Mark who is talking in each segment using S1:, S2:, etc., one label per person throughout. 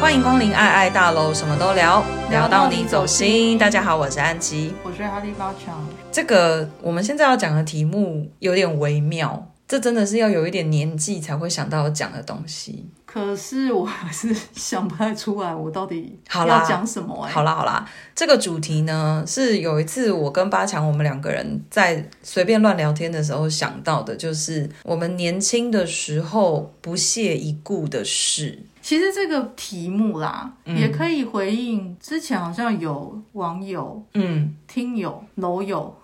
S1: 欢迎光临爱爱大楼，什么都聊，聊
S2: 聊
S1: 到
S2: 到
S1: 你
S2: 你
S1: 走
S2: 走
S1: 心。
S2: 心
S1: 大家好，我是安琪。
S2: 我是哈利包强，
S1: 这个我们现在要讲的题目有点微妙，这真的是要有一点年纪才会想到讲的东西。
S2: 可是我还是想不太出来，我到底
S1: 好啦
S2: 要讲什么哎、
S1: 好啦好啦，这个主题呢是有一次我跟八强我们两个人在随便乱聊天的时候想到的，就是我们年轻的时候不屑一顾的事。
S2: 其实这个题目啦，
S1: 嗯
S2: 也可以回应之前好像有网友、
S1: 嗯，
S2: 听友、楼友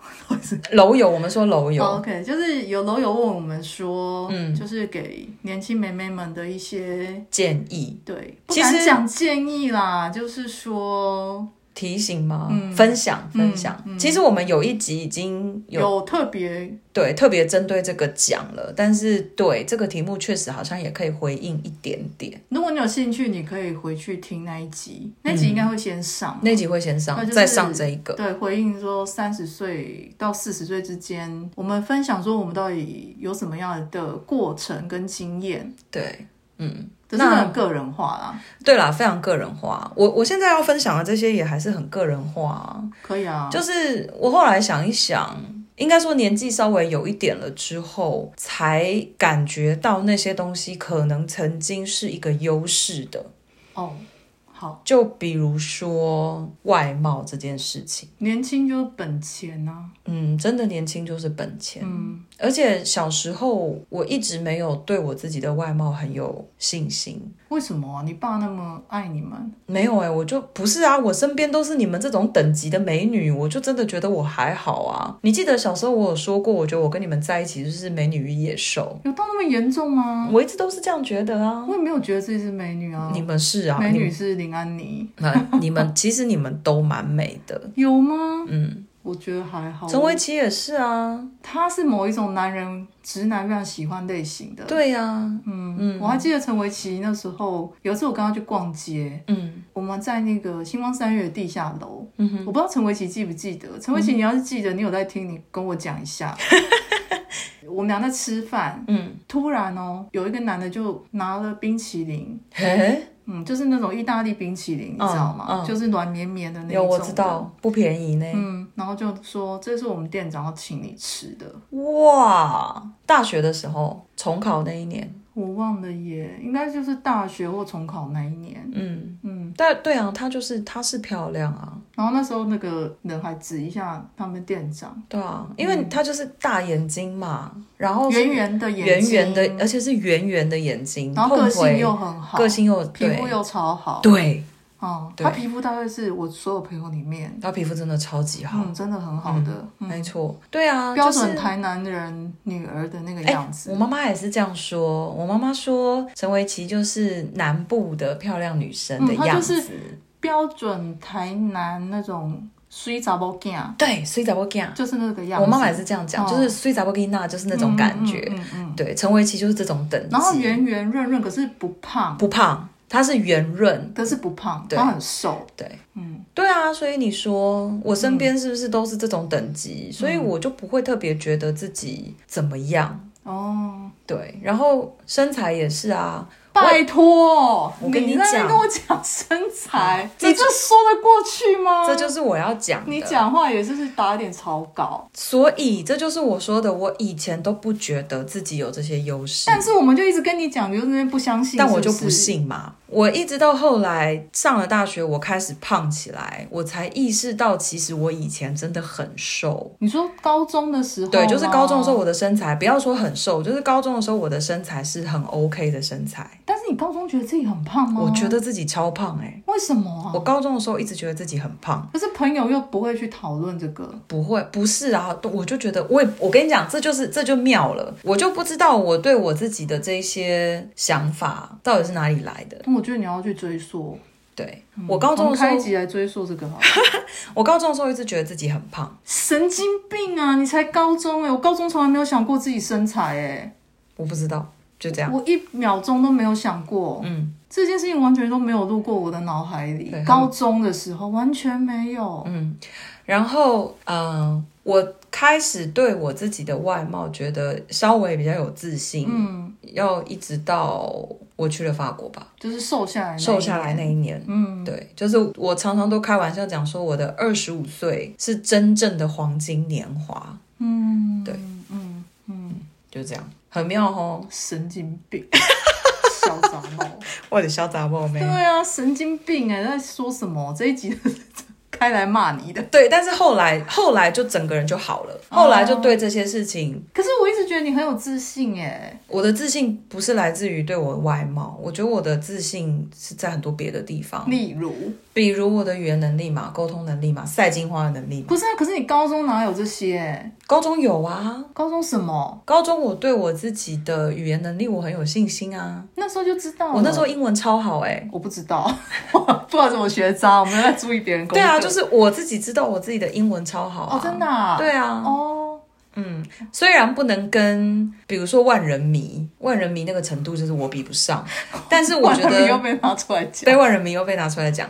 S1: 楼友，我们说楼友，
S2: o k 就是有楼友问我们说，
S1: 嗯
S2: 就是给年轻妹妹们的一些
S1: 建议、
S2: 对，不
S1: 其
S2: 敢
S1: 实
S2: 讲建议啦，就是说
S1: 提醒吗？
S2: 嗯
S1: 分享、
S2: 嗯
S1: 分享、其实我们有一集已经有
S2: 有特别
S1: 对特别针对这个讲了，但是对这个题目确实好像也可以回应一点点。
S2: 如果你有兴趣，你可以回去听那一集，那
S1: 嗯
S2: 一集应该会先上。
S1: 那集会先上，
S2: 哦那就是
S1: 再上这一个。
S2: 对，回应说三十岁到四十岁之间，我们分享说我们到底有什么样的过程跟经验，
S1: 对，嗯，
S2: 只是
S1: 那
S2: 很个人化啦。
S1: 对啦，非常个人化。我我现在要分享的这些也还是很个人化啊、
S2: 可以啊，
S1: 就是我后来想一想，应该说年纪稍微有一点了之后，才感觉到那些东西可能曾经是一个优势的。
S2: 哦，好，
S1: 就比如说外貌这件事情，
S2: 年轻就是本钱啊呐、
S1: 嗯，真的年轻就是本钱。
S2: 嗯，
S1: 而且小时候我一直没有对我自己的外貌很有信心。
S2: 为什么啊、你爸那么爱你们？
S1: 没有哎、我就不是啊，我身边都是你们这种等级的美女，我就真的觉得我还好啊。你记得小时候我有说过，我觉得我跟你们在一起就是美女与野兽，
S2: 有到那么严重吗？
S1: 我一直都是这样觉得啊。
S2: 我也没有觉得自己是美女啊，
S1: 你们是啊，
S2: 美
S1: 你
S2: 女是林安妮，
S1: 们你们其实你们都蛮美 的，
S2: 有吗？
S1: 嗯，
S2: 我觉得还好。
S1: 陈维琪也是啊，
S2: 他是某一种男人直男非常喜欢类型的。
S1: 对啊呀、
S2: 嗯嗯，我还记得陈维奇那时候有一次我跟他去逛街，
S1: 嗯
S2: 我们在那个星光三月的地下楼，嗯哼，我不知道陈维奇记不记得，陈维奇你要是记得，你有在听，你跟我讲一下。我们俩在吃饭，
S1: 嗯，
S2: 突然哦，有一个男的就拿了冰淇淋，
S1: 嘿，
S2: 嗯，就是那种意大利冰淇淋，你知道吗？
S1: 嗯嗯
S2: 就是软绵绵的那
S1: 有
S2: 种。
S1: 我知。道，欸不便宜呢。
S2: 嗯，然后就说这是我们店长要请你吃的，
S1: 哇，大学的时候重考那一年，
S2: 我忘了耶，应该就是大学或重考那一年。
S1: 嗯，
S2: 嗯，
S1: 但对啊，她就是她是漂亮啊，
S2: 然后那时候那个人还指一下他们店长，
S1: 对啊，因为她就是大眼睛嘛，然后是
S2: 圆圆的眼
S1: 圆
S2: 睛，
S1: 圆的，而且是圆圆的眼睛，
S2: 然后
S1: 碰
S2: 个性
S1: 回
S2: 又很好，
S1: 个性又
S2: 皮肤
S1: 对
S2: 又超好，
S1: 对，
S2: 嗯，
S1: 对
S2: 他皮肤大概是我所有朋友里面，
S1: 她皮肤真的超级好，
S2: 嗯，真的很好的，嗯
S1: 没错，对啊，
S2: 标
S1: 就
S2: 准
S1: 是
S2: 台南人女儿的那个
S1: 哎
S2: 样子
S1: 我。妈妈也是这样说。我妈妈说，陈维琪就是南部的漂亮女生的
S2: 嗯她就
S1: 样子。
S2: 是标准台南那种水杂包干，
S1: 对，所以才会这样。
S2: 就是那个样子。
S1: 我妈妈也是这样讲，
S2: 哦
S1: 就是虽然不跟娜，就是那种感觉。
S2: 嗯嗯嗯嗯
S1: 对，陈维琪就是这种等级，
S2: 然后圆圆润润，可是不胖，
S1: 不胖，她是圆润。
S2: 可是不胖，
S1: 对
S2: 她很瘦，
S1: 对
S2: 嗯，
S1: 对啊，所以你说我身边是不是都是这种等级？所以
S2: 嗯
S1: 我就不会特别觉得自己怎么样。
S2: 哦，
S1: 对，然后身材也是啊，
S2: 拜托，
S1: 我跟你
S2: 你在那边
S1: 讲
S2: 跟我讲身材，
S1: 这
S2: 你这说得过去吗？
S1: 这就是我要讲的。
S2: 哦你讲话也就是打一点草稿，
S1: 所以这就是我说的，我以前都不觉得自己有这些优势，
S2: 但是我们就一直跟你讲，你就在那边不相信，
S1: 但我就不
S2: 不是。
S1: 信嘛。我一直到后来上了大学，我开始胖起来，我才意识到其实我以前真的很瘦。
S2: 你说高中的时候吗，
S1: 对，就是高中的时候，我的身材不要说很瘦，就是高中的时候我的身材是很 OK 的身材。
S2: 但是你高中觉得自己很胖吗？
S1: 我觉得自己超胖哎、
S2: 为什么
S1: 我
S2: 啊？
S1: 高中的时候一直觉得自己很胖，
S2: 可是朋友又不会去讨论这个，
S1: 不会，不是啊，我就觉得我也我跟你讲，这就是这就妙了，我就不知道我对我自己的这些想法到底是哪里来的。
S2: 那我觉得你要去追溯。
S1: 对我高中
S2: 从
S1: 的时候
S2: 开，集来追溯这个好了，
S1: 我高中的时候一直觉得自己很胖，
S2: 神经病啊！你才高中哎、我高中从来没有想过自己身材哎、
S1: 我不知道，就这样。
S2: 我一秒钟都没有想过，
S1: 嗯，
S2: 这件事情完全都没有入过我的脑海里
S1: 对。嗯
S2: 高中的时候完全没有，
S1: 然后，嗯、我开始对我自己的外貌觉得稍微比较有自信，
S2: 嗯，
S1: 要一直到我去了法国吧，
S2: 就是瘦下来，
S1: 瘦下来那一年，嗯，对，就是我常常都开玩笑讲说，我的二十五岁是真正的黄金年华，
S2: 嗯，
S1: 对
S2: 嗯嗯嗯，
S1: 就这样，很妙哦。
S2: 神经 病，小杂毛，
S1: 我的小杂报妹
S2: 对，啊，神经病哎，在说什么？这一集开来骂你的，
S1: 对，但是后来后来就整个人就好了，后来就对这些事情，
S2: 可是我一直觉得你很有自信哎，
S1: 我的自信不是来自于对我的外貌，我觉得我的自信是在很多别的地方，
S2: 例如
S1: 比如我的语言能力嘛，沟通能力嘛，赛金花的能力嘛，
S2: 不是啊，可是你高中哪有这些？欸
S1: 高中有啊。
S2: 高中什么？
S1: 高中我对我自己的语言能力我很有信心啊，
S2: 那时候就知道了，
S1: 我那时候英文超好哎、
S2: 我不知道， 不好意思，我学渣，我没有在注意别哦人功课。
S1: 对啊，就是我自己知道我自己的英文超好啊，
S2: 哦，真的、啊，
S1: 对啊，
S2: 哦，
S1: 嗯，虽然不能跟比如说万人迷，万人迷那个程度就是我比不上，但是我 觉
S2: 完了你又
S1: 得
S2: 被拿出来讲，
S1: 被万人迷又被拿出来讲。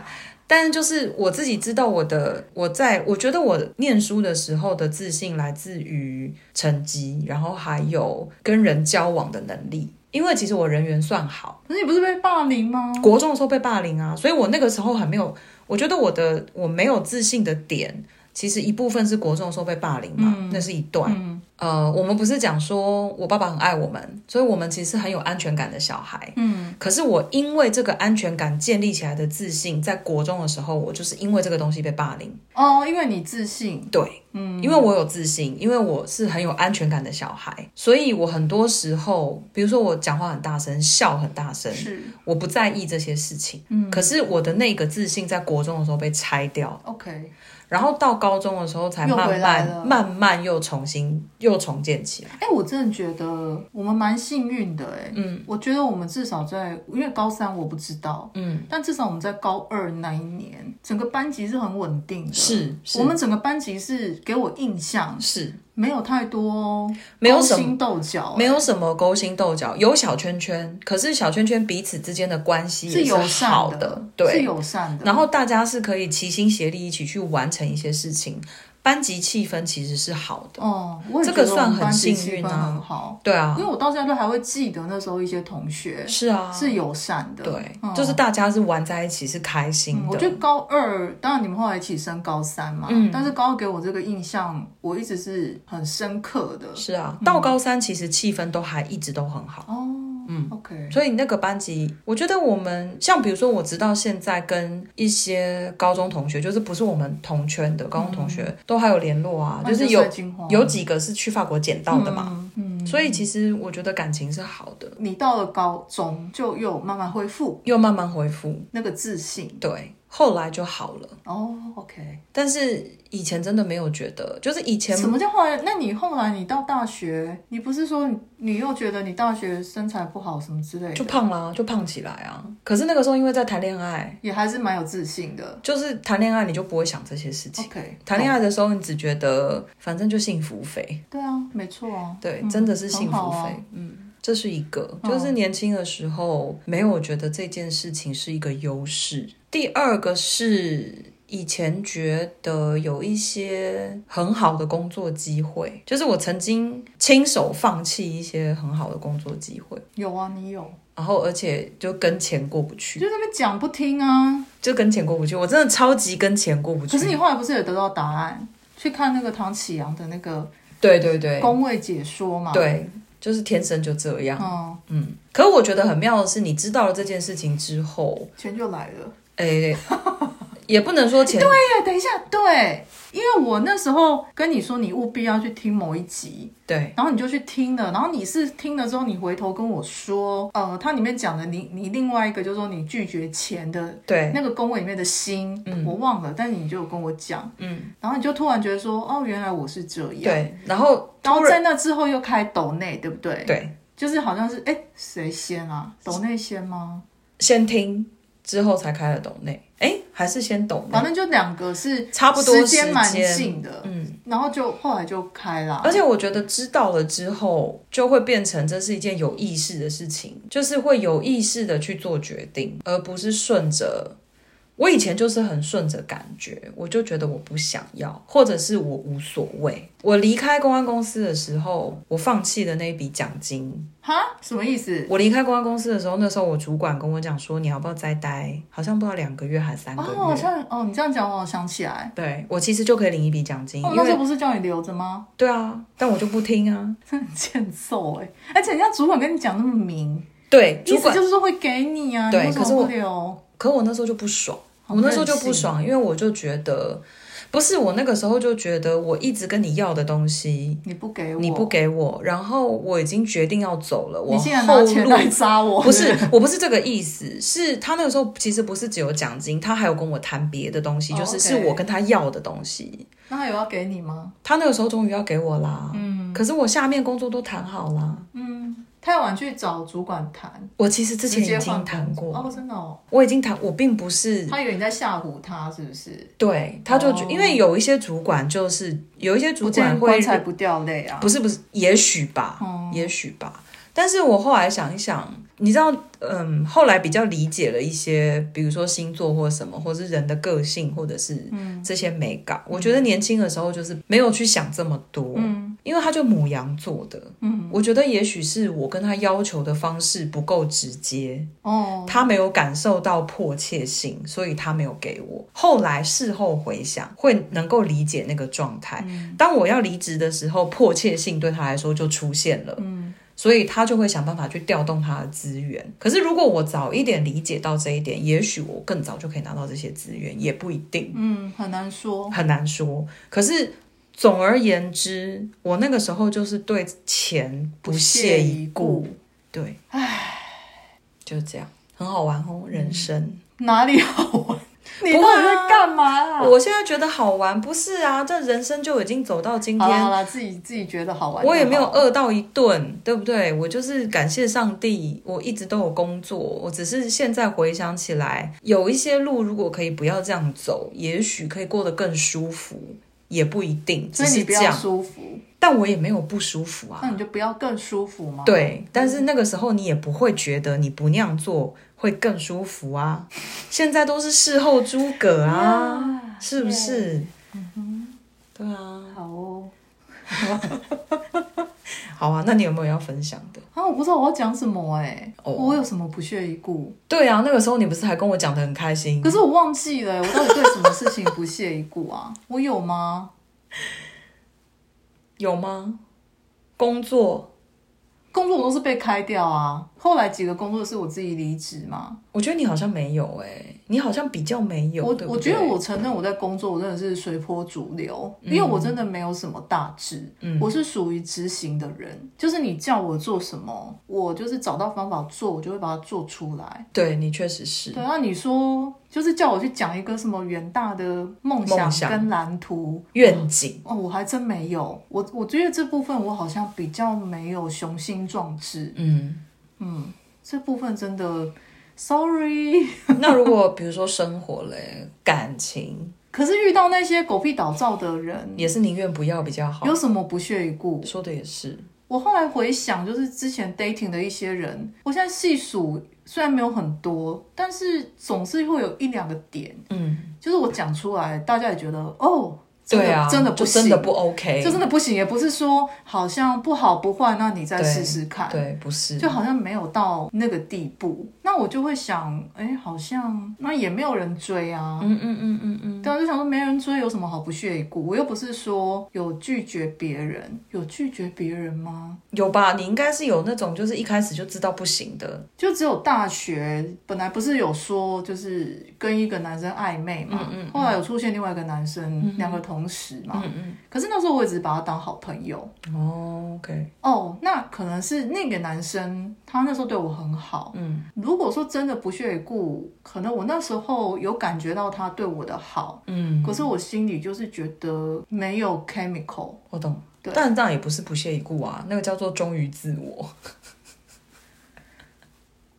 S1: 但是就是我自己知道我的，我在我觉得我念书的时候的自信来自于成绩，然后还有跟人交往的能力。因为其实我人缘算好，
S2: 可是你不是被霸凌吗？
S1: 国中的时候被霸凌啊，所以我那个时候很没有，我觉得我的我没有自信的点，其实一部分是国中的时候被霸凌嘛，那是一段。呃，我们不是讲说我爸爸很爱我们，所以我们其实很有安全感的小孩。
S2: 嗯，
S1: 可是我因为这个安全感建立起来的自信，在国中的时候，我就是因为这个东西被霸凌。
S2: 哦，因为你自信，
S1: 对，嗯，因为我有自信，因为我是很有安全感的小孩，所以我很多时候，比如说我讲话很大声，笑很大声，
S2: 是
S1: 我不在意这些事情。嗯，可是我的那个自信在国中的时候被拆掉，
S2: OK，
S1: 然后到高中的时候才
S2: 又
S1: 慢
S2: 回来了
S1: 慢慢慢又重新又重建起来。
S2: 哎、我真的觉得我们蛮幸运的、哎，
S1: 嗯，
S2: 我觉得我们至少在，因为高三我不知道，
S1: 嗯，
S2: 但至少我们在高二那一年，整个班级是很稳定的，
S1: 是是
S2: 我们整个班级是给我印象
S1: 是，
S2: 没有太多哦
S1: 没有
S2: 勾
S1: 什么
S2: 心斗角，
S1: 没有什么勾心斗角，有小圈圈，可是小圈圈彼此之间的关系
S2: 是
S1: 也
S2: 友善
S1: 好
S2: 是
S1: 对。
S2: 友善的。
S1: 然后大家是可以齐心协力一起去完成一些事情，班级气氛其实是好的。
S2: 哦，我也
S1: 这个
S2: 觉得我们
S1: 算很
S2: 班级
S1: 幸运
S2: 气氛
S1: 啊
S2: 很好，
S1: 对啊
S2: 因，为我到现在都还会记得那时候一些同学
S1: 是啊，
S2: 是友善的，
S1: 对，
S2: 嗯
S1: 就是大家是玩在一起是开心
S2: 嗯我
S1: 的。
S2: 觉得高二，当然你们后来一起升高三嘛，
S1: 嗯
S2: 但是高二给我这个印象，我一直是很深刻的。
S1: 是啊，到高三其实气氛都还一直都很好，
S2: 哦，嗯，OK，
S1: 所以那个班级，我觉得我们像比如说，我直到现在跟一些高中同学，就是不是我们同圈的高中同学，都还有联络啊，
S2: 嗯那
S1: 就是有
S2: 帅金花
S1: 有几个是去法国捡到的嘛，
S2: 嗯嗯，
S1: 所以其实我觉得感情是好的，
S2: 你到了高中就又慢慢恢复
S1: 又慢慢恢复，
S2: 那个自信。
S1: 对，后来就好了。
S2: 哦，OK，
S1: 但是以前真的没有觉得，就是以前
S2: 什么叫后来？那你后来你到大学，你不是说你又觉得你大学身材不好什么之类
S1: 就
S2: 的，
S1: 胖啦，就胖起来啊。可是那个时候因为在谈恋爱，
S2: 也还是蛮有自信的。
S1: 就是谈恋爱你就不会想这些事情。
S2: OK，
S1: 谈恋爱的时候，你只觉得反正就幸福肥，
S2: 对啊，没错啊，
S1: 对，
S2: 嗯
S1: 真的是幸
S2: 很好
S1: 福
S2: 啊
S1: 肥，嗯，这是一个，
S2: 嗯
S1: 就是年轻的时候没有觉得这件事情是一个优势。第二个是。以前觉得有一些很好的工作机会，就是我曾经亲手放弃一些很好的工作机会，
S2: 有啊，你有，
S1: 然后而且就跟钱过不去，
S2: 就在那边讲不听啊。
S1: 就跟钱过不去，我真的超级跟钱过不去。
S2: 可是你后来不是也得到答案？去看那个唐启阳的那个
S1: 对对对，
S2: 宫位解说嘛？，
S1: 对，就是天生就这样。
S2: 嗯，
S1: 嗯，可是我觉得很妙的是，你知道了这件事情之后，
S2: 钱就来了。
S1: 诶、也不能说 钱，
S2: 哎呀，等一下，对，因为我那时候跟你说，你务必要去听某一集，
S1: 对
S2: 然后你就去听了，然后你是听了之后，你回头跟我说，呃，它里面讲的你你另外一个就是说你拒绝钱的。
S1: 对，
S2: 那个宫位里面的心，我忘了，但是你就有跟我讲，
S1: 嗯，
S2: 然后你就突然觉得说，哦，原来我是这样，，
S1: 对，然后
S2: 然后在那之后又开抖内，对不对？
S1: 对，
S2: 就是好像是哎谁先啊？抖内先吗？
S1: 先听之后才开了抖内，诶、还是先抖内
S2: 反，正就两个是
S1: 差不多
S2: 时间蛮
S1: 时间
S2: 近的，
S1: 嗯。
S2: 然后就后来就开啦。
S1: 而且我觉得知道了之后，就会变成这是一件有意识的事情，就是会有意识的去做决定，而不是顺着我以前就是很顺着感觉，我就觉得我不想要，或者是我无所谓。我离开公安公司的时候，我放弃的那一笔奖金。
S2: 哈，什么意思？
S1: 我离开公安公司的时候，那时候我主管跟我讲说，你要不要再待？好像不知道两个月还是三个
S2: 哦，
S1: 月。
S2: 好像哦，你这样讲我好像想起来，
S1: 对我其实就可以领一笔奖金，
S2: 哦，
S1: 因
S2: 那时
S1: 为
S2: 候不是叫你留着吗？
S1: 对啊，但我就不听啊。
S2: 真的很欠揍哎、而且人家主管跟你讲那么明，
S1: 对，
S2: 意
S1: 主
S2: 思
S1: 管，
S2: 就是说会给你啊，你
S1: 对
S2: 为什
S1: 可是
S2: 么
S1: 我
S2: 不留？
S1: 可我那时候就不爽，
S2: 好
S1: 我那时候就
S2: 任性
S1: 不爽，因为我就觉得，不是我那个时候就觉得，我一直跟你要的东西。
S2: 你不给我，
S1: 你不，给我，然后我已经决定要走了。我
S2: 你竟然
S1: 后
S2: 拿
S1: 路
S2: 钱来砸我，
S1: 不是，我不是这个意思，是他那个时候其实不是只有奖金，他还有跟我谈别的东西，
S2: 哦
S1: 就是是
S2: OK
S1: 我跟他要的东西。
S2: 那他有要给你吗？
S1: 他那个时候终于要给我啦，
S2: 嗯
S1: 可是我下面工作都谈好啦，
S2: 嗯，太晚去找主管谈，
S1: 我其实之前
S2: 直接
S1: 已经
S2: 换
S1: 谈
S2: 工作
S1: 过，
S2: 哦，真的哦，
S1: 我已经谈，我并不是
S2: 他以为你在吓唬他是不是？
S1: 对，他就觉、
S2: 哦
S1: 因为有一些主管就是有一些主
S2: 不
S1: 管
S2: 见
S1: 会
S2: 棺材不掉泪啊，
S1: 不是不是，也许吧，
S2: 哦
S1: 也许吧。但是我后来想一想，你知道，嗯，后来比较理解了一些，比如说星座或什么，或是人的个性，或者是
S2: 嗯
S1: 这些美感。我觉得年轻的时候就是没有去想这么多，
S2: 嗯
S1: 因为他就母羊座的，
S2: 嗯，
S1: 我觉得也许是我跟他要求的方式不够直接，
S2: 哦，
S1: 他没有感受到迫切性，所以他没有给我。后来事后回想，会能够理解那个状态。
S2: 嗯
S1: 当我要离职的时候，迫切性对他来说就出现了。
S2: 嗯，
S1: 所以他就会想办法去调动他的资源。可是如果我早一点理解到这一点，也许我更早就可以拿到这些资源，也不一定，
S2: 嗯，很难说，
S1: 很难说。可是总而言之，我那个时候就是对钱不屑一顾。，对，唉，就这样，很好玩哦，人生。
S2: 嗯哪里好玩？你
S1: 不
S2: 到
S1: 会啊
S2: 底在干嘛啦？
S1: 我现在觉得好玩，不是啊？这人生就已经走到今
S2: 好啦
S1: 天
S2: 好，啦，自己自己觉得好玩就好，
S1: 我也没有饿到一顿，对不对？我就是感谢上帝，我一直都有工作。我只是现在回想起来，有一些路如果可以不要这样走，也许可以过得更舒服，也不一定，只
S2: 所以
S1: 是
S2: 你不
S1: 这
S2: 要
S1: 样。
S2: 舒服，啊
S1: 但我也没有不舒服啊。
S2: 那你就不要更舒服嘛。，
S1: 对，但是那个时候你也不会觉得你不那样做会更舒服啊。 现在都是事后诸葛啊，是不是？嗯对啊。
S2: 好哦。
S1: 好啊，那你有没有要分享的？
S2: 啊，我不知道我要讲什么哎、
S1: 哦
S2: 我有什么不屑一顾？
S1: 对啊，那个时候你不是还跟我讲的很开心
S2: 可？是我忘记了、欸我到底对什么事情不屑一顾啊？我有吗？
S1: 有吗？工作，
S2: 工作我都是被开掉啊，后来几个工作是我自己离职嘛。
S1: 我觉得你好像没有哎、你好像比较没有，
S2: 我
S1: 对不
S2: 我
S1: 对
S2: 觉得我承认我在工作，我真的是随波逐流，
S1: 嗯
S2: 因为我真的没有什么大志，
S1: 嗯
S2: 我是属于执行的人，就是你叫我做什么，我就是找到方法做，我就会把它做出来。
S1: 对你确实是
S2: 对，啊那你说就是叫我去讲一个什么远大的梦想
S1: 梦想
S2: 跟蓝图，
S1: 愿景，
S2: 哦，我还真没有。我我觉得这部分我好像比较没有雄心壮志，
S1: 嗯。
S2: 这部分真的，sorry。
S1: 那如果比如说生活嘞，感情
S2: 可是遇到那些狗屁倒灶的人，
S1: 也是宁愿不要比较好
S2: 有。什么不屑一顾？
S1: 说的也是，
S2: 我后来回想，就是之前 dating 的一些人，我现在细数，虽然没有很多，但是总是会有一两个点，
S1: 嗯，
S2: 就是我讲出来，大家也觉得哦，真的
S1: 对啊，
S2: 真的
S1: 就
S2: 不
S1: 真
S2: 行，
S1: 的不 OK，
S2: 这真的不行，也不是说好像不好不坏，那你再试试看，
S1: 对，不是，
S2: 就好像没有到那个地步。那我就会想，哎，好像那也没有人追啊。
S1: 嗯嗯嗯嗯嗯，
S2: 对啊，就想说没人追有什么好不屑一顾？我又不是说有拒绝别人，有拒绝别人吗？
S1: 有吧？你应该是有那种就是一开始就知道不行的，
S2: 就只有大学本来不是有说就是跟一个男生暧昧嘛，
S1: 嗯嗯嗯
S2: 后来有出现另外一个男生，两个同时嘛。
S1: 嗯
S2: 可是那时候我也只是把他当好朋友，
S1: 嗯，哦，OK，
S2: 哦，那可能是那个男生，他那时候对我很好。
S1: 嗯，
S2: 如果说真的不屑一顾，可能我那时候有感觉到他对我的好，
S1: 嗯，
S2: 可是我心里就是觉得没有 chemical。
S1: 我懂，
S2: 对
S1: 但那也不是不屑一顾啊，那个叫做忠于自我。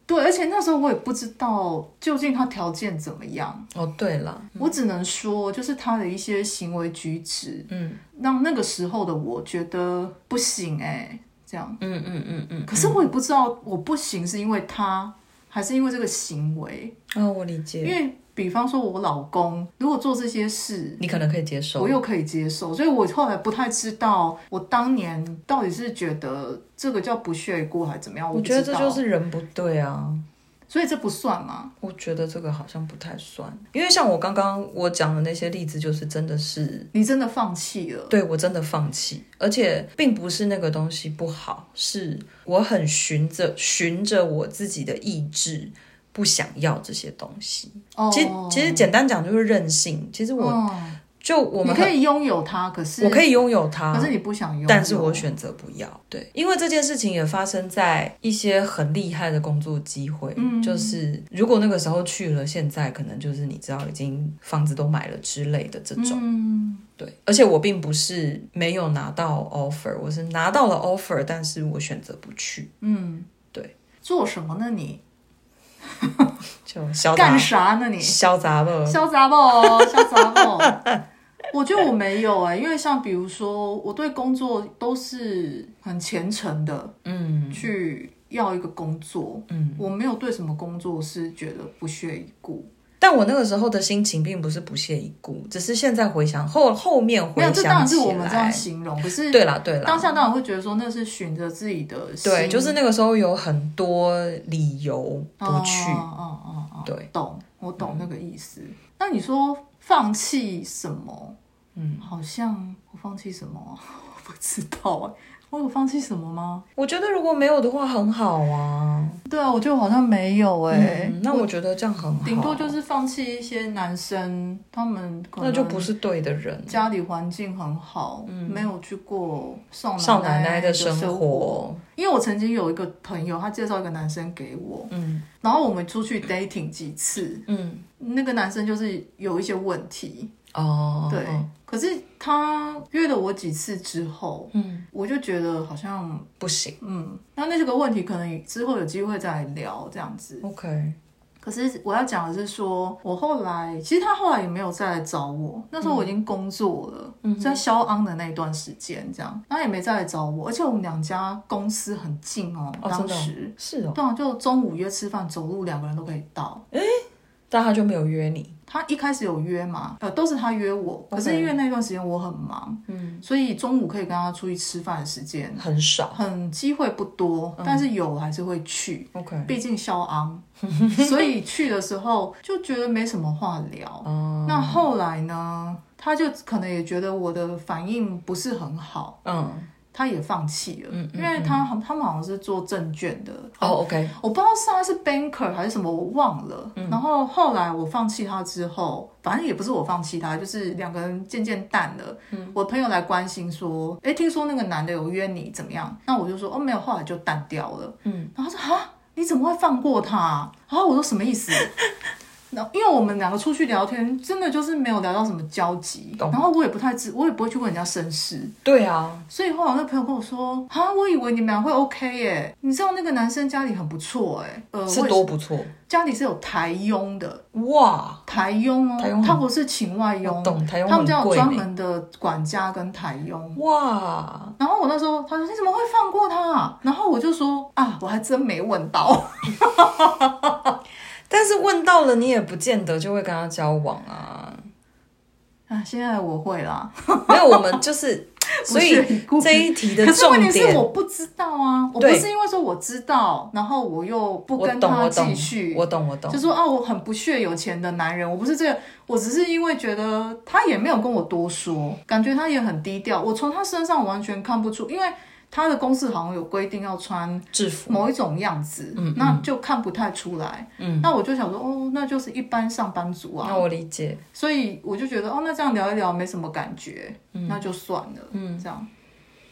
S2: 对，而且那时候我也不知道究竟他条件怎么样，
S1: 哦，对了，
S2: 我只能说就是他的一些行为举止，
S1: 嗯
S2: 让那个时候的我觉得不行哎、这样。
S1: 嗯嗯嗯嗯，
S2: 可是我也不知道我不行是因为他，还是因为这个行为。
S1: 啊、我理
S2: 因
S1: 解，
S2: 为比方说我老公如果做这些事，
S1: 你可能可以接受
S2: 我。又可以接受，所以我后来不太知道我当年到底是觉得这个叫不屑一顾还是怎么样，
S1: 我
S2: 不
S1: 觉得
S2: 知
S1: 这
S2: 道，
S1: 就是人不对啊。
S2: 所以这不算嘛。
S1: 我觉得这个好像不太算，因为像我刚刚我讲的那些例子，就是真的是
S2: 你真的放弃了，
S1: 对我真的放弃，而且并不是那个东西不好，是我很循着循着我自己的意志。不想要这些东西，
S2: 哦，
S1: 其实其实简单讲就是任性。其实我、
S2: 嗯
S1: 就我们
S2: 你可以拥有它，可是
S1: 我可以拥有它，
S2: 可是你不想拥有，
S1: 但是我选择不要。对，因为这件事情也发生在一些很厉害的工作机会，
S2: 嗯
S1: 就是如果那个时候去了，现在可能就是你知道已经房子都买了之类的这种。
S2: 嗯，
S1: 对，而且我并不是没有拿到 offer，我是拿到了 offer，但是我选择不去，
S2: 做什么呢你？
S1: 就潇
S2: 干
S1: 洒
S2: 啥呢你？
S1: 潇洒了。
S2: 潇洒不？潇洒不？我觉得我没有哎、因为像比如说，我对工作都是很虔诚的，嗯，去要一个工作，嗯，我没有对什么工作是觉得不屑一顾，
S1: 但我那个时候的心情并不是不屑一顾，只是现在回想后后面回
S2: 没有，
S1: 想起
S2: 这当
S1: 来，
S2: 然是我们这样形容，可是
S1: 对啦对啦，
S2: 当下当然会觉得说那是循着自己的心，
S1: 对，就是那个时候有很多理由不去。
S2: 哦哦哦哦，
S1: 对，嗯
S2: 懂，我懂那个意思。那你说放弃什么？嗯，好像我放弃什么啊， 我不知道哎、我有放弃什么吗？
S1: 我觉得如果没有的话，很好啊。
S2: 对啊，我觉得我好像没有哎、
S1: 嗯，那我觉得这样很好，
S2: 顶多就是放弃一些男生，他们可
S1: 那
S2: 能
S1: 就不是对的人。
S2: 家里环境很好，没有去过少
S1: 少
S2: 奶
S1: 奶奶的
S2: 生
S1: 生活，
S2: 因为我曾经有一个朋友，他介绍一个男生给我，
S1: 嗯
S2: 然后我们出去 dating 几次，
S1: 嗯，
S2: 那个男生就是有一些问题，
S1: 哦，
S2: 对，可是他约了我几次之后，
S1: 嗯，
S2: 我就觉得好像，
S1: 不行
S2: 嗯，那那这个问题可能之后有机会再聊这样子。
S1: ，OK，
S2: 可是我要讲的是说，我后来其实他后来也没有再来找我，那时候我已经工作了，
S1: 嗯
S2: 在肖昂的那一段时间这样，他也没再来找我，而且我们两家公司很近哦，
S1: 哦真
S2: 当
S1: 的哦
S2: 时。
S1: 是哦，
S2: 对啊，就中午约吃饭，走路两个人都可以到。
S1: 但他就没有约你，
S2: 他一开始有约嘛，呃，都是他约我，可是
S1: OK
S2: 因为那段时间我很忙，嗯，所以中午可以跟他出去吃饭的时间
S1: 很少嗯
S2: 很机会不多，但是有我还是会去，
S1: ，OK，
S2: 毕竟 肖昂，所以去的时候就觉得没什么话聊。
S1: 哦，
S2: 那后来呢，他就可能也觉得我的反应不是很好，
S1: 嗯，
S2: 他也放弃了，
S1: 嗯嗯
S2: 因为他好他们好像是做证券的，
S1: 哦，OK，嗯
S2: 我不知道是他是 banker 还是什么，我忘了。然后后来我放弃他之后，反正也不是我放弃他，就是两个人渐渐淡了。
S1: 嗯
S2: 我朋友来关心说：“哎，听说那个男的有约你，怎么样？”那我就说：“哦，没有。”后来就淡掉了。嗯，然后他说：“啊，你怎么会放过他啊？”然后我说：“什么 意思？”那因为我们两个出去聊天，真的就是没有聊到什么交集，
S1: 懂
S2: 然后我也不太知，我也不会去问人家身世，
S1: 对啊，
S2: 所以后来我那朋友跟我说，啊，我以为你们俩会 OK 耶、你知道那个男生家里很不错哎、呃，
S1: 是
S2: 我也
S1: 多不错，
S2: 家里是有台佣的，
S1: 哇，
S2: 台佣
S1: 台
S2: 哦
S1: 佣，
S2: 他不是请外佣
S1: 我，懂台佣
S2: 他们家
S1: 很
S2: 有
S1: 贵
S2: 专
S1: 呢，
S2: 门的管家跟台佣。
S1: 哇，
S2: 然后我那时候他说你怎么会放过他、然后我就说啊，我还真没问到。
S1: 但是问到了你也不见得就会跟他交往 啊，
S2: 啊，现在我会啦，
S1: 没有，我们就是，所以
S2: 不屑一顾
S1: 这一题的
S2: 可是
S1: 重
S2: 问题
S1: 点
S2: 是，我不知道啊，我不
S1: 对
S2: 是因为说我知道，然后我又不
S1: 我
S2: 跟
S1: 懂，
S2: 他
S1: 我
S2: 继
S1: 懂
S2: 续，，
S1: 我懂，我懂
S2: 就。说啊，我很不屑有钱的男人，我不是这个，我只是因为觉得他也没有跟我多说，感觉他也很低调，我从他身上完全看不出，因为他的公司好像有规定要穿
S1: 制服，
S2: 某一种样子，
S1: 嗯
S2: 那就看不太出来，嗯，那我就想说，哦，那就是一般上班族啊，
S1: 那我理解。
S2: 所以我就觉得，哦，那这样聊一聊没什么感觉，那就算了，嗯，这样。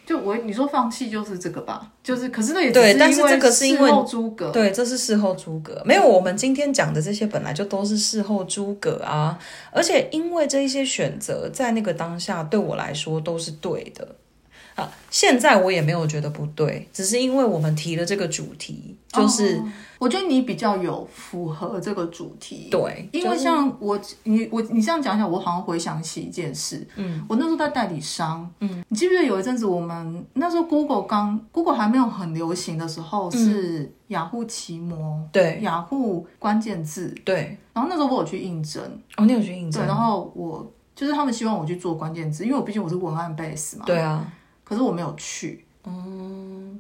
S2: 就我你说放弃就是这个吧，就是可是那也只
S1: 对但是
S2: 因为
S1: 这个是因
S2: 事
S1: 为
S2: 后诸葛，
S1: 对，这是事后诸葛，没有我们今天讲的这些本来就都是事后诸葛啊。而且因为这一些选择在那个当下对我来说都是对的，好，现在我也没有觉得不对，只是因为我们提了这个主题，就是、
S2: 哦我觉得你比较有符合这个主题，
S1: 对，
S2: 因
S1: 就
S2: 为
S1: 是
S2: 像我，你我你这样讲一讲，我好像回想起一件事。嗯，我那时候在代理商，嗯，你记不记得有一阵子我们那时候 Google 刚 Google 还没有很流行的时候，是雅虎奇摩，
S1: 嗯对
S2: 雅虎关键字。
S1: 对，
S2: 然后那时候我有去应征，
S1: 哦，你有去应
S2: 对，
S1: 征？
S2: 然后我就是他们希望我去做关键字，因为我毕竟我是文案 base 嘛，
S1: 对啊，
S2: 可是我没有去，
S1: 嗯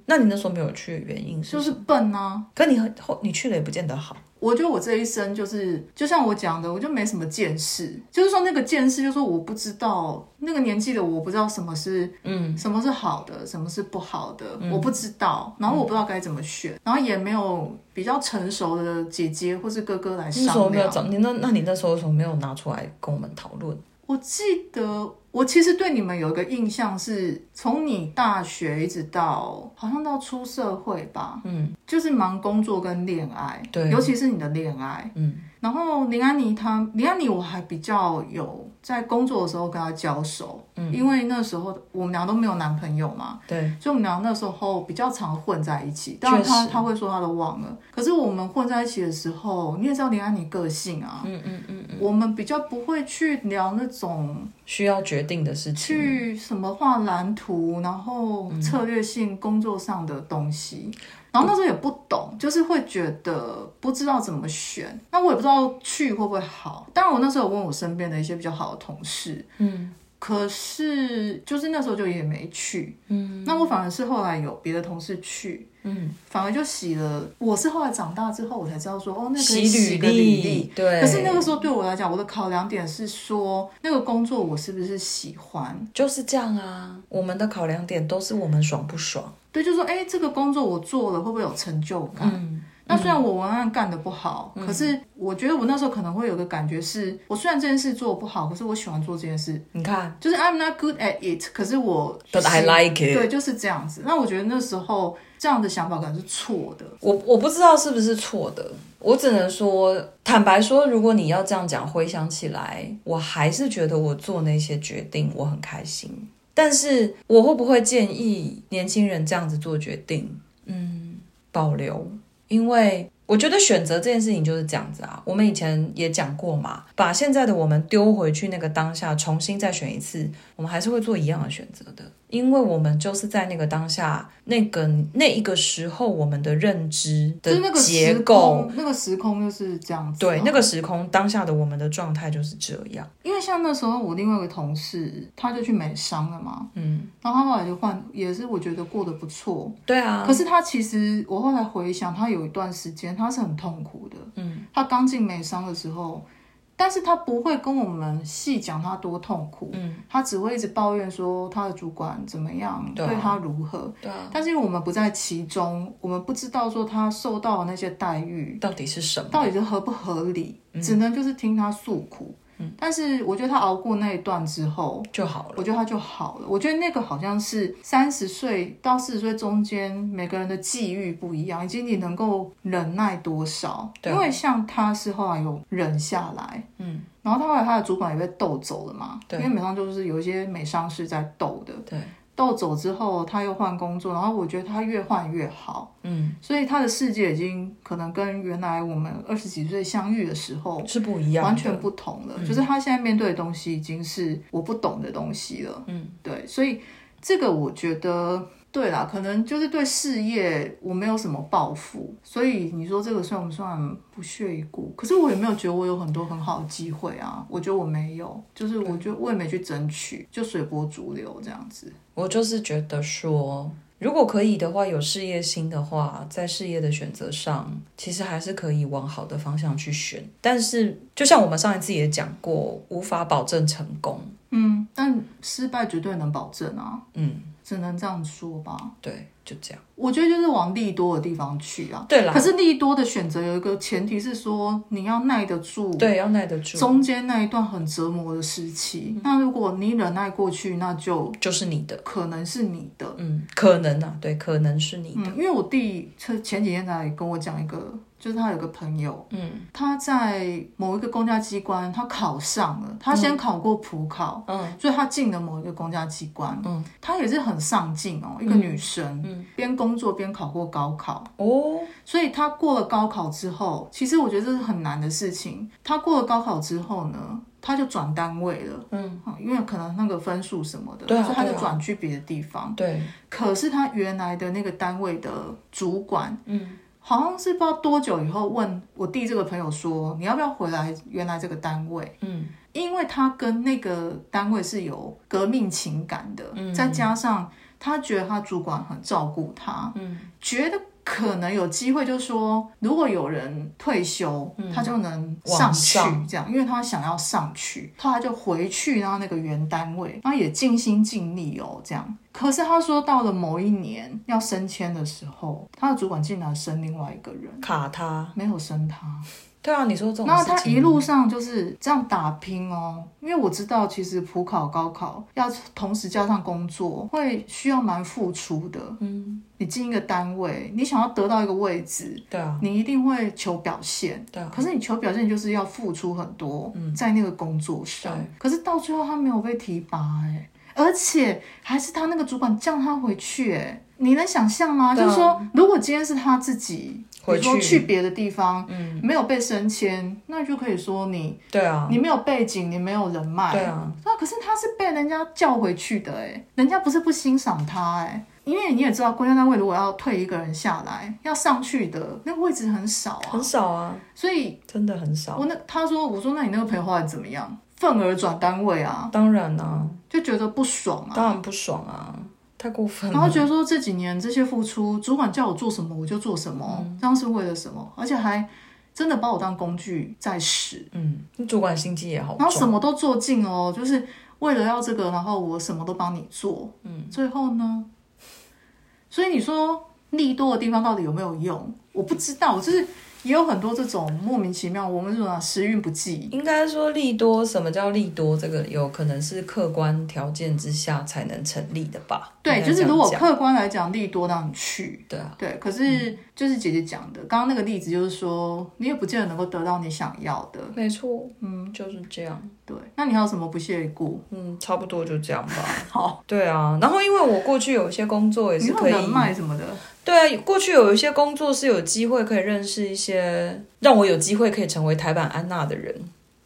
S1: 那你那时候没有去，原因是
S2: 就？是笨啊，
S1: 可你很后你去了也不见得好，
S2: 我觉得我这一生就是，就像我讲的，我就没什么见识，就是说那个见识，就是说我不知道那个年纪的我不知道什么是，嗯，什么是好的，什么是不好的，我不知道，然后我不知道该怎么选，然后也没有比较成熟的姐姐或是哥哥来
S1: 你那时候
S2: 商
S1: 没有
S2: 量。
S1: 找你那那你那时候为什么没有拿出来跟我们讨论？
S2: 我记得我其实对你们有一个印象是，从你大学一直到好像到出社会吧，嗯，就是忙工作跟恋爱，
S1: 对
S2: 尤其是你的恋爱，嗯。然后林安妮她，林安妮我还比较有在工作的时候跟她交手，嗯，因为那时候我们俩都没有男朋友嘛，
S1: 对，
S2: 所以我们俩那时候比较常混在一起。当然
S1: 确
S2: 她
S1: 实
S2: 她会说她都忘了，可是我们混在一起的时候，你也知道林安妮个性啊，
S1: 嗯嗯嗯，
S2: 我们比较不会去聊那种。
S1: 需要决定的事情。
S2: 去什么画蓝图，然后策略性工作上的东
S1: 嗯
S2: 西。然后那时候也不懂，就是会觉得不知道怎么选。那我也不知道去会不会好。当然，我那时候有问我身边的一些比较好的同事，
S1: 嗯，
S2: 可是就是那时候就也没去。嗯，那我反而是后来有别的同事去，
S1: 嗯，
S2: 反而就洗了。我是后来长大之后，我才知道说，哦，那可
S1: 洗
S2: 以洗个履历
S1: 历，，对。
S2: 可是那个时候对我来讲，我的考量点是说，那个工作我是不是喜欢？
S1: 就是这样啊，我们的考量点都是我们爽不爽。
S2: 对，就说哎、诶这个工作我做了会不会有成就感？
S1: 嗯
S2: 那虽然我文案干的不好，可是我觉得我那时候可能会有个感觉是，我虽然这件事做得不好，可是我喜欢做这件事，
S1: 你看
S2: 就是 I'm not good at it，可是我
S1: ，But I
S2: 喜
S1: like it。
S2: 对，就是这样子。那我觉得那时候这样的想法可能是错的。
S1: 我我不知道是不是错的，我只能说，坦白说，如果你要这样讲，回想起来，我还是觉得我做那些决定我很开心。但是我会不会建议年轻人这样子做决定？嗯，保留，因为我觉得选择这件事情就是这样子啊。我们以前也讲过嘛，把现在的我们丢回去那个当下，重新再选一次，我们还是会做一样的选择的，因为我们就是在那个当下，那个那一个时候，我们的认知
S2: 就
S1: 的
S2: 是那个
S1: 结
S2: 时
S1: 构，
S2: 空，那个时空就是这样子啊、
S1: 对那个时空当下的我们的状态就是这样。
S2: 因为像那时候我另外一个同事，他就去美商了嘛，
S1: 嗯，
S2: 然后他后来就换，也是我觉得过得不错，
S1: 对啊，
S2: 可是他其实，我后来回想，他有一段时间他是很痛苦的。嗯，他刚进美商的时候，但是他不会跟我们细讲他多痛苦。嗯，他只会一直抱怨说他的主管怎么样，
S1: 对啊
S2: 他如何。
S1: 对啊，
S2: 但是因为我们不在其中，我们不知道说他受到的那些待遇
S1: 到底是什么？嗯
S2: 到底是合不合理，只能就是听他诉苦。嗯，但是我觉得他熬过那一段之后，
S1: 就好了。
S2: 我觉得他就好了。我觉得那个好像是三十岁到四十岁中间每个人的际遇不一样，以及你能够忍耐多少。
S1: 对啊
S2: 因为像他是后来有忍下来，嗯，然后他后来他的主管也被斗走了嘛，
S1: 对
S2: 因为美商就是有一些美商是在斗的，
S1: 对，
S2: 斗走之后他又换工作，然后我觉得他越换越好，
S1: 嗯，
S2: 所以他的世界已经可能跟原来我们二十几岁相遇的时候
S1: 是不一样的，嗯
S2: 完全不同了。就是他现在面对的东西已经是我不懂的东西了。嗯，对，所以这个我觉得。对啦，可能就是对事业我没有什么抱负，所以你说这个算不算不屑一顾？可是我也没有觉得我有很多很好的机会啊，我觉得我没有，就是我觉得我也没去争取，就随波逐流这样子。
S1: 我就是觉得说，如果可以的话，有事业心的话，在事业的选择上，其实还是可以往好的方向去选。但是，就像我们上一次也讲过，无法保证成功。
S2: 嗯，但失败绝对能保证啊，
S1: 嗯，
S2: 只能这样说吧。
S1: 对，就这样。
S2: 我觉得就是往利多的地方去啊。
S1: 对啦
S2: 可，是利多的选择有一个前提是说，你要耐得住
S1: 对，要耐得住，
S2: 中间那一段很折磨的时期。
S1: 嗯
S2: 那如果你忍耐过去，那就
S1: 就是你的。
S2: 可能是你的。
S1: 嗯，可能啊，对，可能是你的。
S2: 嗯，因为我弟前前几天才跟我讲一个就是他有个朋友，
S1: 嗯
S2: 他在某一个公家机关，他考上了，他先考过普考，
S1: 嗯
S2: 所以他进了某一个公家机关，
S1: 嗯，
S2: 她也是很上进哦，一个女生，
S1: 嗯
S2: 边工作边考过高考，
S1: 哦，
S2: 所以她过了高考之后，其实我觉得这是很难的事情。她过了高考之后呢，她就转单位了。
S1: 嗯，
S2: 嗯因为可能那个分数什么的，
S1: 对啊
S2: 所以她就
S1: 对啊
S2: 转去别的地方。
S1: 对，
S2: 可是她原来的那个单位的主管
S1: 嗯
S2: 好像是不知道多久以后问我弟这个朋友说，你要不要回来原来这个单位？
S1: 嗯
S2: 因为他跟那个单位是有革命情感的，
S1: 嗯
S2: 再加上他觉得他主管很照顾他，
S1: 嗯
S2: 觉得可能有机会，就说如果有人退休，
S1: 嗯
S2: 他就能
S1: 往
S2: 去
S1: 上
S2: 这样，因为他想要上去，他就回去然后那个原单位，然后也尽心尽力哦这样。可是他说到了某一年要升迁的时候，他的主管竟然升另外一个人，
S1: 卡他，
S2: 没有升他。
S1: 对啊，你说这种
S2: 然后
S1: 事
S2: 他
S1: 情
S2: 一路上就是这样打拼哦，因为我知道其实普考、高考要同时加上工作，会需要蛮付出的。
S1: 嗯，
S2: 你进一个单位，你想要得到一个位置，
S1: 对啊，
S2: 你一定会求表现。
S1: 对啊，
S2: 可是你求表现，你就是要付出很多
S1: 嗯
S2: 在那个工作上。
S1: 对
S2: 可是到最后他没有被提拔哎、而且还是他那个主管叫他回去哎、你能想象吗？
S1: 对啊
S2: 就是说，如果今天是他自己，
S1: 回
S2: 比如说
S1: 去
S2: 去别的地方，
S1: 嗯，
S2: 没有被升迁，那就可以说你
S1: 对啊，
S2: 你没有背景，你没有人脉。
S1: 对啊，
S2: 那可是他是被人家叫回去的哎、人家不是不欣赏他哎、因为你也知道，国家单位如果要退一个人下来，要上去的那个位置很少啊
S1: 很，少啊，
S2: 所以
S1: 真的很少。
S2: 我那他说我说那你那个朋友后来怎么样？愤而转单位啊，
S1: 当然啊，
S2: 就觉得不爽啊，
S1: 当然不爽啊，太过分
S2: 然后
S1: 了。
S2: 觉得说这几年这些付出，主管叫我做什么我就做什么，
S1: 嗯
S2: 这样是为了什么？而且还真的把我当工具在使，
S1: 嗯，你主管心机也好
S2: 然后
S1: 重，
S2: 什么都做尽哦，就是为了要这个，然后我什么都帮你做，嗯，最后呢，所以你说利多的地方到底有没有用？我不知道，就是也有很多这种莫名其妙，我们说啊时运不济，
S1: 应该说利多，什么叫利多？这个有可能是客观条件之下才能成立的吧？
S2: 对，
S1: 应该
S2: 就是如果
S1: 这样
S2: 客观来讲，利多让你去。
S1: 讲对啊，
S2: 对，可是就是姐姐讲的，刚刚那个例子就是说，你也不见得能够得到你想要的。
S1: 没错，
S2: 嗯，
S1: 就是这样，
S2: 对。那你还有什么不屑一顾？
S1: 嗯，差不多就这样吧。
S2: 好，
S1: 对啊，然后因为我过去有一些工作也
S2: 你
S1: 是
S2: 有
S1: 可以，
S2: 人脉什么的，
S1: 对啊，过去有一些工作是有机会可以认识一些让我有机会可以成为台版安娜的人，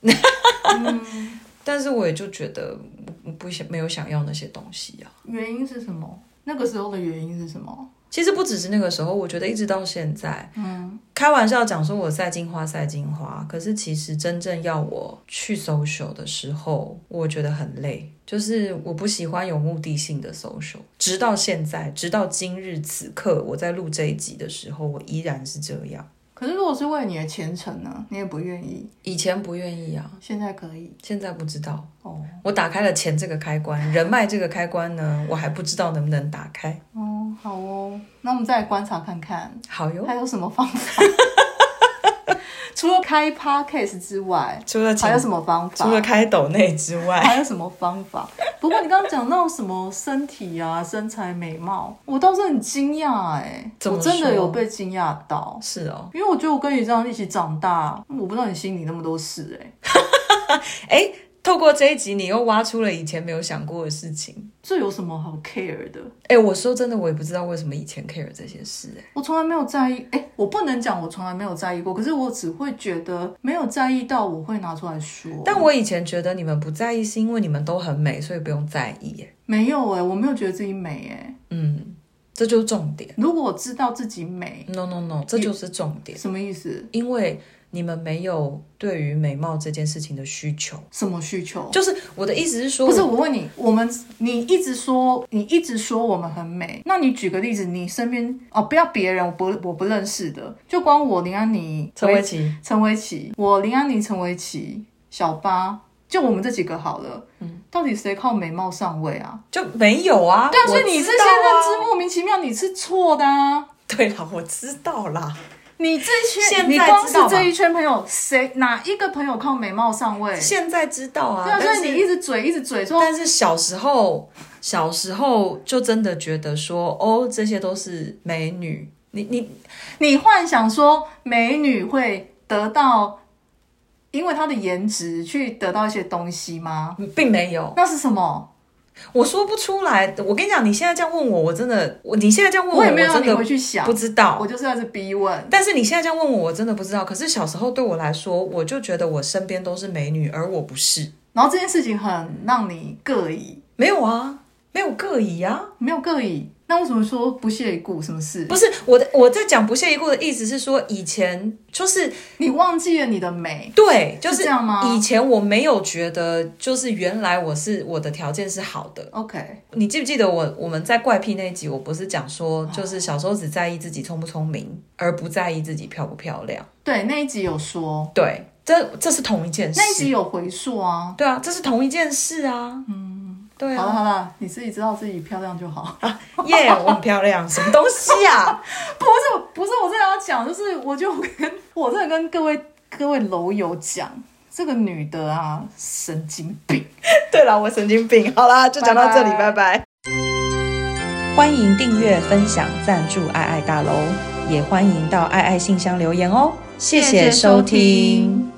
S2: 嗯
S1: 但是我也就觉得我我不想没有想要那些东西啊。
S2: 原因是什么？那个时候的原因是什么？
S1: 其实不只是那个时候，我觉得一直到现在，
S2: 嗯，
S1: 开玩笑讲说我赛金花赛金花，可是其实真正要我去 social 的时候，我觉得很累，就是我不喜欢有目的性的 social。直到现在，直到今日此刻，我在录这一集的时候，我依然是这样。
S2: 可是如果是为了你的前程呢，你也不愿意，
S1: 以前不愿意啊，
S2: 现在可以
S1: 现在不知道。
S2: 哦
S1: 我打开了钱这个开关，人脉这个开关呢，我还不知道能不能打开。
S2: 哦，好哦，那我们再来观察看看，
S1: 好哟，
S2: 还有什么方法？ 除了开 podcast 之外，
S1: 除了
S2: 还有
S1: 钱，
S2: 什么方
S1: 除了
S2: 法？
S1: 开抖内之外，
S2: 还有什么方法？不过你刚刚讲到什么身体啊、身材美貌，我倒是很惊讶哎，
S1: 怎
S2: 我
S1: 么
S2: 真的
S1: 说
S2: 有被惊讶到，
S1: 是哦。
S2: 因为我觉得我跟你这样一起长大，我不知道你心里那么多事哎，
S1: 哎，透过这一集，你又挖出了以前没有想过的事情。
S2: 这有什么好 care 的？
S1: 哎，我说真的，我也不知道为什么以前 care 这些事。哎，
S2: 我从来没有在意，哎，我不能讲我从来没有在意过，可是我只会觉得没有在意到我会拿出来说，
S1: 但我以前觉得你们不在意，是因为你们都很美，所以不用在意。哎，
S2: 没有哎、我没有觉得自己美哎、
S1: 嗯，这就是重点。
S2: 如果我知道自己美，
S1: No no no，这就是重点，
S2: 什么意思？
S1: 因为你们没有对于美貌这件事情的需求。
S2: 什么需求？
S1: 就是我的意思是说，
S2: 不是我问你，我们你一直说你一直说我们很美，那你举个例子，你身边哦，不要别人，我不我不认识的，就光我林安妮、
S1: 陈维琪，
S2: 陈维琪，我林安妮、陈维琪、小八，就我们这几个好了，嗯，到底谁靠美貌上位啊？
S1: 就没有啊。
S2: 对啊，
S1: 我
S2: 所以你这
S1: 知
S2: 些
S1: 道
S2: 认
S1: 啊
S2: 知莫名其妙，你是错的啊！
S1: 对啦，我知道啦。
S2: 你这一圈，
S1: 现在
S2: 你光
S1: 知
S2: 是
S1: 道吧
S2: 这一圈朋友，谁哪一个朋友靠美貌上位？
S1: 现在知道啊，
S2: 对啊，所
S1: 但是
S2: 以你一直嘴一直嘴说，
S1: 但是小时候，小时候就真的觉得说，哦，这些都是美女，你你
S2: 你幻想说美女会得到，因为她的颜值去得到一些东西吗？
S1: 并没有，
S2: 那是什么？
S1: 我说不出来。我跟你讲，你现在这样问我，我真的，我你现在这样问
S2: 我也没有
S1: 嗯
S2: 让
S1: 真
S2: 你回
S1: 的
S2: 去想
S1: 不，知道。
S2: 我就是在这逼问。
S1: 但是你现在这样问我，我真的不知道。可是小时候对我来说，我就觉得我身边都是美女，而我不是。
S2: 然后这件事情很让你膈应，
S1: 没有啊，没有各异啊。
S2: 没有膈应，那为什么说不屑一顾？什么事？
S1: 不是我的，我在讲不屑一顾的意思是说，以前就是
S2: 你忘记了你的美，
S1: 对，就是是
S2: 这样吗
S1: 以前我没有觉得，就是原来我是我的条件是好的。
S2: ？OK，
S1: 你记不记得我我们在怪癖那一集，我不是讲说，
S2: 哦
S1: 就是小时候只在意自己聪不聪明，而不在意自己漂不漂亮。
S2: 对，那一集有说，
S1: 对，这这是同一件事
S2: 那。一集有回溯啊。
S1: 对啊，这是同一件事啊。嗯，对
S2: 好
S1: 啊，
S2: 了好了，你自己知道自己漂亮就好。
S1: 耶我很漂亮，什么东西啊？
S2: 不是不是，我真的要讲，就是我就跟我真的跟各位各位楼友讲，这个女的啊，神经病。
S1: 对了，我神经病。好啦，就
S2: 讲到这里拜
S1: 拜。欢迎订阅、分享、赞助爱爱大楼，也欢迎到爱爱信箱留言哦。谢谢收听。